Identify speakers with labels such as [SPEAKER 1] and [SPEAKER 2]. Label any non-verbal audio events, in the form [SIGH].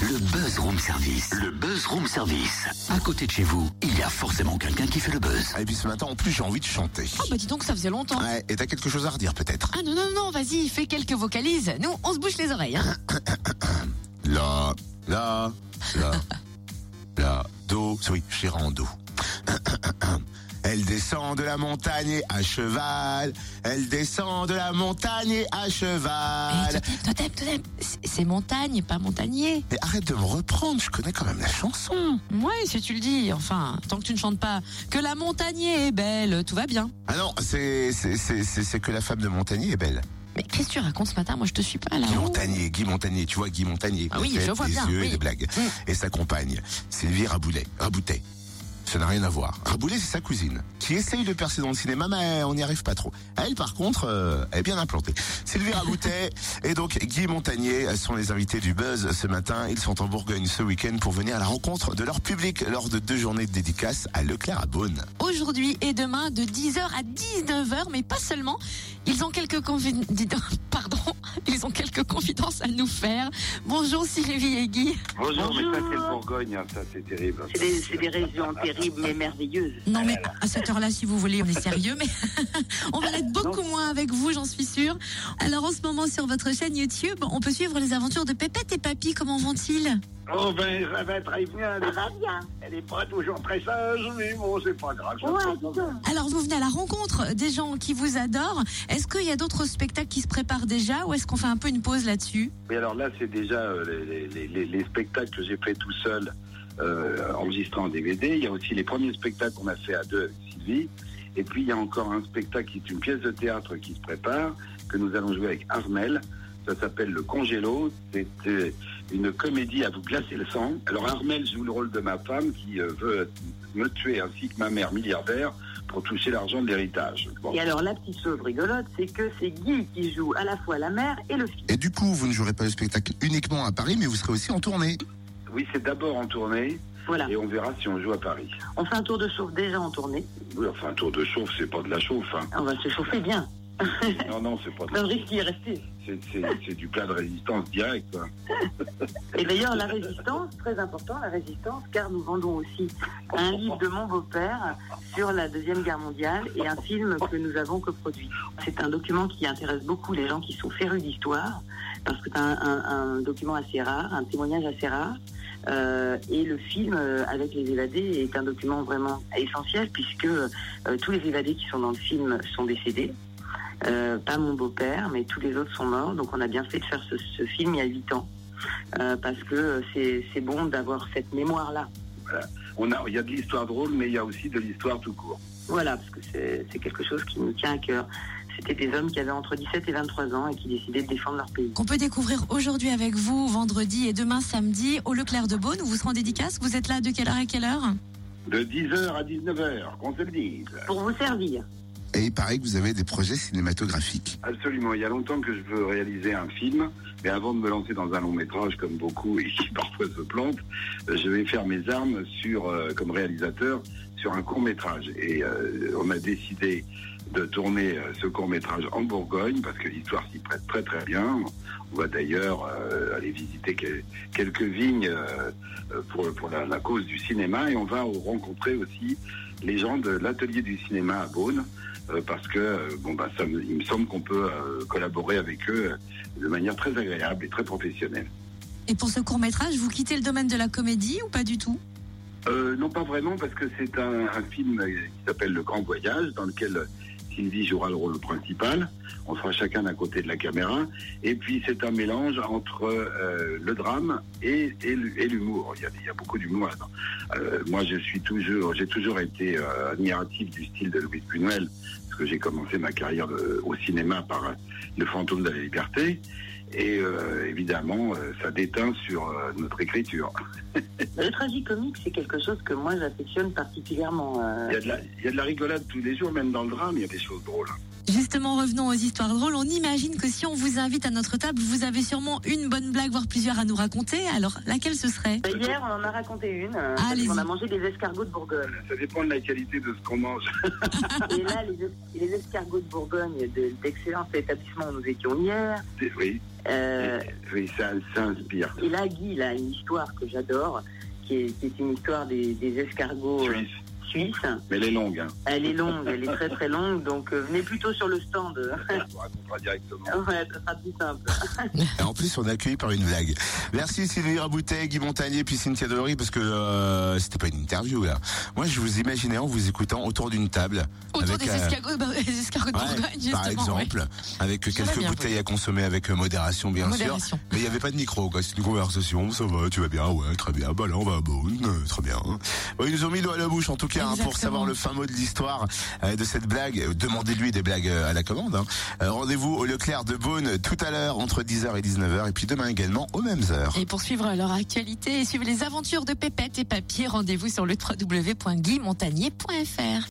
[SPEAKER 1] Le Buzz Room Service. Le Buzz Room Service. À côté de chez vous, il y a forcément quelqu'un qui fait le buzz.
[SPEAKER 2] Et puis ce matin, en plus, j'ai envie de chanter.
[SPEAKER 3] Ah bah dis donc, ça faisait longtemps.
[SPEAKER 2] Ouais, et t'as quelque chose à redire peut-être
[SPEAKER 3] Ah non, non, non, vas-y, fais quelques vocalises. Nous, on se bouche les oreilles. hein.
[SPEAKER 2] La, la, la, la, do. Oui, en do. [COUGHS] Elle descend de la montagne et à cheval. Elle descend de la montagne et à
[SPEAKER 3] Eh,
[SPEAKER 2] cheval.
[SPEAKER 3] totem, totem, totem. C'est- C'est montagne, pas montagnier.
[SPEAKER 2] Mais arrête de me reprendre, je connais quand même la chanson.
[SPEAKER 3] Ouais, si tu le dis. Enfin, tant que tu ne chantes pas que la montagnée est belle, tout va bien.
[SPEAKER 2] Ah non, c'est c'est- c'est- c'est- c'est que la femme de Montagnier est belle.
[SPEAKER 3] Mais qu'est-ce que tu racontes ce matin Moi, je te suis pas là.
[SPEAKER 2] Guy Montagnier, Guy Montagnier, tu vois Guy Montagnier.
[SPEAKER 3] Ah
[SPEAKER 2] la
[SPEAKER 3] oui, je vois
[SPEAKER 2] des
[SPEAKER 3] bien,
[SPEAKER 2] yeux et
[SPEAKER 3] oui. Hum.
[SPEAKER 2] des blagues. Et sa compagne, Sylvie Raboulet, Raboutet. Ça n'a rien à voir. Raboulet, c'est sa cousine, qui essaye de percer dans le cinéma, mais on n'y arrive pas trop. Elle, par contre, euh, elle est bien implantée.
[SPEAKER 3] [LAUGHS]
[SPEAKER 2] Sylvie Raboutet et donc Guy Montagnier sont les invités du Buzz ce matin. Ils sont en Bourgogne ce week-end pour venir à la rencontre de leur public lors de deux journées de dédicaces à Leclerc à Beaune.
[SPEAKER 3] Aujourd'hui et demain, de 10h à 19h, mais pas seulement. Ils ont quelques confidences. [LAUGHS] Pardon, ils ont quelques confidences à nous faire. Bonjour Sylvie et Guy.
[SPEAKER 4] Bonjour,
[SPEAKER 5] Bonjour.
[SPEAKER 4] mais ça c'est le Bourgogne, hein, ça c'est terrible.
[SPEAKER 5] C'est des, c'est des régions terribles mais merveilleuses.
[SPEAKER 3] Non mais à cette heure-là, si vous voulez, on est sérieux, mais [LAUGHS] on va l'être beaucoup moins avec vous, j'en suis sûre. Alors en ce moment sur votre chaîne YouTube, on peut suivre les aventures de Pépette et Papy. Comment vont-ils
[SPEAKER 4] Oh ben ça va très bien, elle est, elle est pas toujours très sage, mais bon c'est pas grave. ça
[SPEAKER 5] Ouais,
[SPEAKER 4] va.
[SPEAKER 5] dis donc.
[SPEAKER 3] Alors vous venez à la rencontre des gens qui vous adorent. Est-ce qu'il y a d'autres spectacles qui se préparent déjà ou est-ce qu'on fait un peu une pause là-dessus
[SPEAKER 4] Et alors là c'est déjà euh, les, les- les- les spectacles que j'ai fait tout seul, euh, enregistrés en DVD. Il y a aussi les premiers spectacles qu'on a fait à deux avec Sylvie. Et puis il y a encore un spectacle qui est une pièce de théâtre qui se prépare, que nous allons jouer avec Armel. Ça s'appelle Le Congélo. C'est euh, une comédie à vous glacer le sang. Alors Armel joue le rôle de ma femme qui euh, veut me tuer ainsi que ma mère milliardaire pour toucher l'argent de l'héritage. Bon.
[SPEAKER 5] Et alors la petite chose rigolote, c'est que c'est Guy qui joue à la fois la mère et le fils.
[SPEAKER 2] Et du coup, vous ne jouerez pas le spectacle uniquement à Paris, mais vous serez aussi en tournée.
[SPEAKER 4] Oui, c'est d'abord en tournée
[SPEAKER 5] Voilà.
[SPEAKER 4] et on verra si on joue à Paris.
[SPEAKER 5] On fait un tour de chauffe déjà en tournée.
[SPEAKER 4] Oui, enfin, un tour de chauffe, c'est pas de la chauffe. hein.
[SPEAKER 5] On va se chauffer bien.
[SPEAKER 4] Non, non, c'est pas de
[SPEAKER 5] Le risque y est resté.
[SPEAKER 4] c'est- c'est- c'est du plat de résistance hein. direct. quoi.
[SPEAKER 5] Et d'ailleurs la résistance, très important la résistance, car nous vendons aussi un livre de mon beau-père sur la Deuxième Guerre mondiale et un film que nous avons coproduit. C'est un document qui intéresse beaucoup les gens qui sont férus d'histoire, parce que c'est un, un- un document assez rare, un témoignage assez rare. Euh, et le film euh, avec les évadés est un document vraiment essentiel puisque euh, tous les évadés qui sont dans le film sont décédés. Euh, pas mon beau-père, mais tous les autres sont morts. Donc on a bien fait de faire ce, ce film il y a huit ans euh, parce que euh, c'est c'est bon d'avoir cette mémoire-là.
[SPEAKER 4] On a, il y a de l'histoire drôle, mais il y a aussi de l'histoire tout court.
[SPEAKER 5] Voilà, parce que c'est c'est quelque chose qui nous tient à cœur. C'était des hommes qui avaient entre 17 et 23 ans et qui décidaient de défendre leur pays.
[SPEAKER 3] Qu'on peut découvrir aujourd'hui avec vous, vendredi et demain samedi, au Leclerc de Beaune, où vous serez en dédicace. Vous êtes là de quelle heure à quelle heure
[SPEAKER 4] De 10h à 19h, qu'on se le dise.
[SPEAKER 5] Pour vous servir.
[SPEAKER 2] Et il paraît que vous avez des projets cinématographiques.
[SPEAKER 4] Absolument, il y a longtemps que je veux réaliser un film, mais avant de me lancer dans un long métrage comme beaucoup [LAUGHS] et qui parfois se plantent, euh, je vais faire mes armes sur, euh, comme réalisateur sur un court métrage. Et euh, on a décidé de tourner euh, ce court métrage en Bourgogne parce que l'histoire s'y prête très très bien. On va d'ailleurs euh, aller visiter quel- quelques vignes euh, euh, pour, pour la, la cause du cinéma et on va rencontrer aussi les gens de l'atelier du cinéma à Beaune. Euh, parce que euh, bon bah ça me- il me semble qu'on peut euh, collaborer avec eux euh, de manière très agréable et très professionnelle.
[SPEAKER 3] Et pour ce court métrage, vous quittez le domaine de la comédie ou pas du tout
[SPEAKER 4] Euh, non pas vraiment parce que c'est un, un film euh, qui s'appelle Le Grand Voyage dans lequel Sylvie jouera le rôle principal. On sera chacun d'un côté de la caméra et puis c'est un mélange entre euh, le drame et, et l- et l'humour. Il y a, il y a beaucoup d'humour. là-dedans. Euh, moi je suis toujours j'ai toujours été euh, admiratif du style de Louis Buñuel parce que j'ai commencé ma carrière de- au cinéma par euh, Le Fantôme de la Liberté. Et euh, évidemment, euh, ça déteint sur euh, notre écriture.
[SPEAKER 5] Le tragicomique, c'est quelque chose que moi j'affectionne particulièrement. euh,
[SPEAKER 4] Il y, a de la, il y a de la rigolade tous les jours, même dans le drame, il y a des choses drôles. hein.
[SPEAKER 3] Justement, revenons aux histoires drôles. On imagine que si on vous invite à notre table, vous avez sûrement une bonne blague, voire plusieurs à nous raconter. Alors, laquelle ce serait
[SPEAKER 5] Bah, Hier, on en a raconté une. euh, parce
[SPEAKER 3] Allez-y.
[SPEAKER 5] qu'on a mangé des escargots de Bourgogne.
[SPEAKER 4] [LAUGHS] Ça dépend de la qualité de ce qu'on mange. [LAUGHS]
[SPEAKER 5] Et là, les, es- les escargots de Bourgogne de- d'excellent établissement où nous étions hier.
[SPEAKER 4] Oui,
[SPEAKER 5] euh,
[SPEAKER 4] oui ça, ça inspire.
[SPEAKER 5] et là, Guy, il a une histoire que j'adore, qui est, qui est une histoire des, des escargots euh,
[SPEAKER 4] Suisse.
[SPEAKER 5] suisses.
[SPEAKER 4] Mais elle est longue. Hein.
[SPEAKER 5] Elle est longue, elle est très très longue, donc euh, venez plutôt sur le stand. [LAUGHS]
[SPEAKER 4] On vous racontera directement.
[SPEAKER 5] ouais, ça sera plus simple.
[SPEAKER 2] Et en plus, on est accueilli par une blague. Merci Sylvie Raboutet, Guy Montagnier, puis Cynthia Delory, parce que euh, c'était pas une interview là. Moi, je vous imaginais en vous écoutant autour d'une table.
[SPEAKER 3] Autour
[SPEAKER 2] avec,
[SPEAKER 3] des
[SPEAKER 2] euh,
[SPEAKER 3] escargots, bah, [LAUGHS] des escargots de
[SPEAKER 2] ouais,
[SPEAKER 3] Bourgogne, justement.
[SPEAKER 2] par exemple, avec quelques
[SPEAKER 3] bien,
[SPEAKER 2] bouteilles à consommer avec euh, modération, bien sûr.
[SPEAKER 3] Modération.
[SPEAKER 2] Mais il n'y avait pas de micro, quoi. C'est une conversation, ça va, tu vas bien, ouais, très bien, bah là, on va, bon, euh, très bien. Ouais, ils nous ont mis l'eau à la bouche, en tout cas, hein, pour
[SPEAKER 3] Exactement.
[SPEAKER 2] savoir le fin mot de l'histoire euh, de cette blague. Euh, Demandez-lui des blagues euh, à la commande. hein. Euh, Rendez-vous au Leclerc de Beaune tout à l'heure, entre 10h et 19h, et puis demain également, aux mêmes heures.
[SPEAKER 3] Et pour suivre leur actualité et suivre les aventures de Pépette et Papier, rendez-vous sur le www.guymontagnier.fr.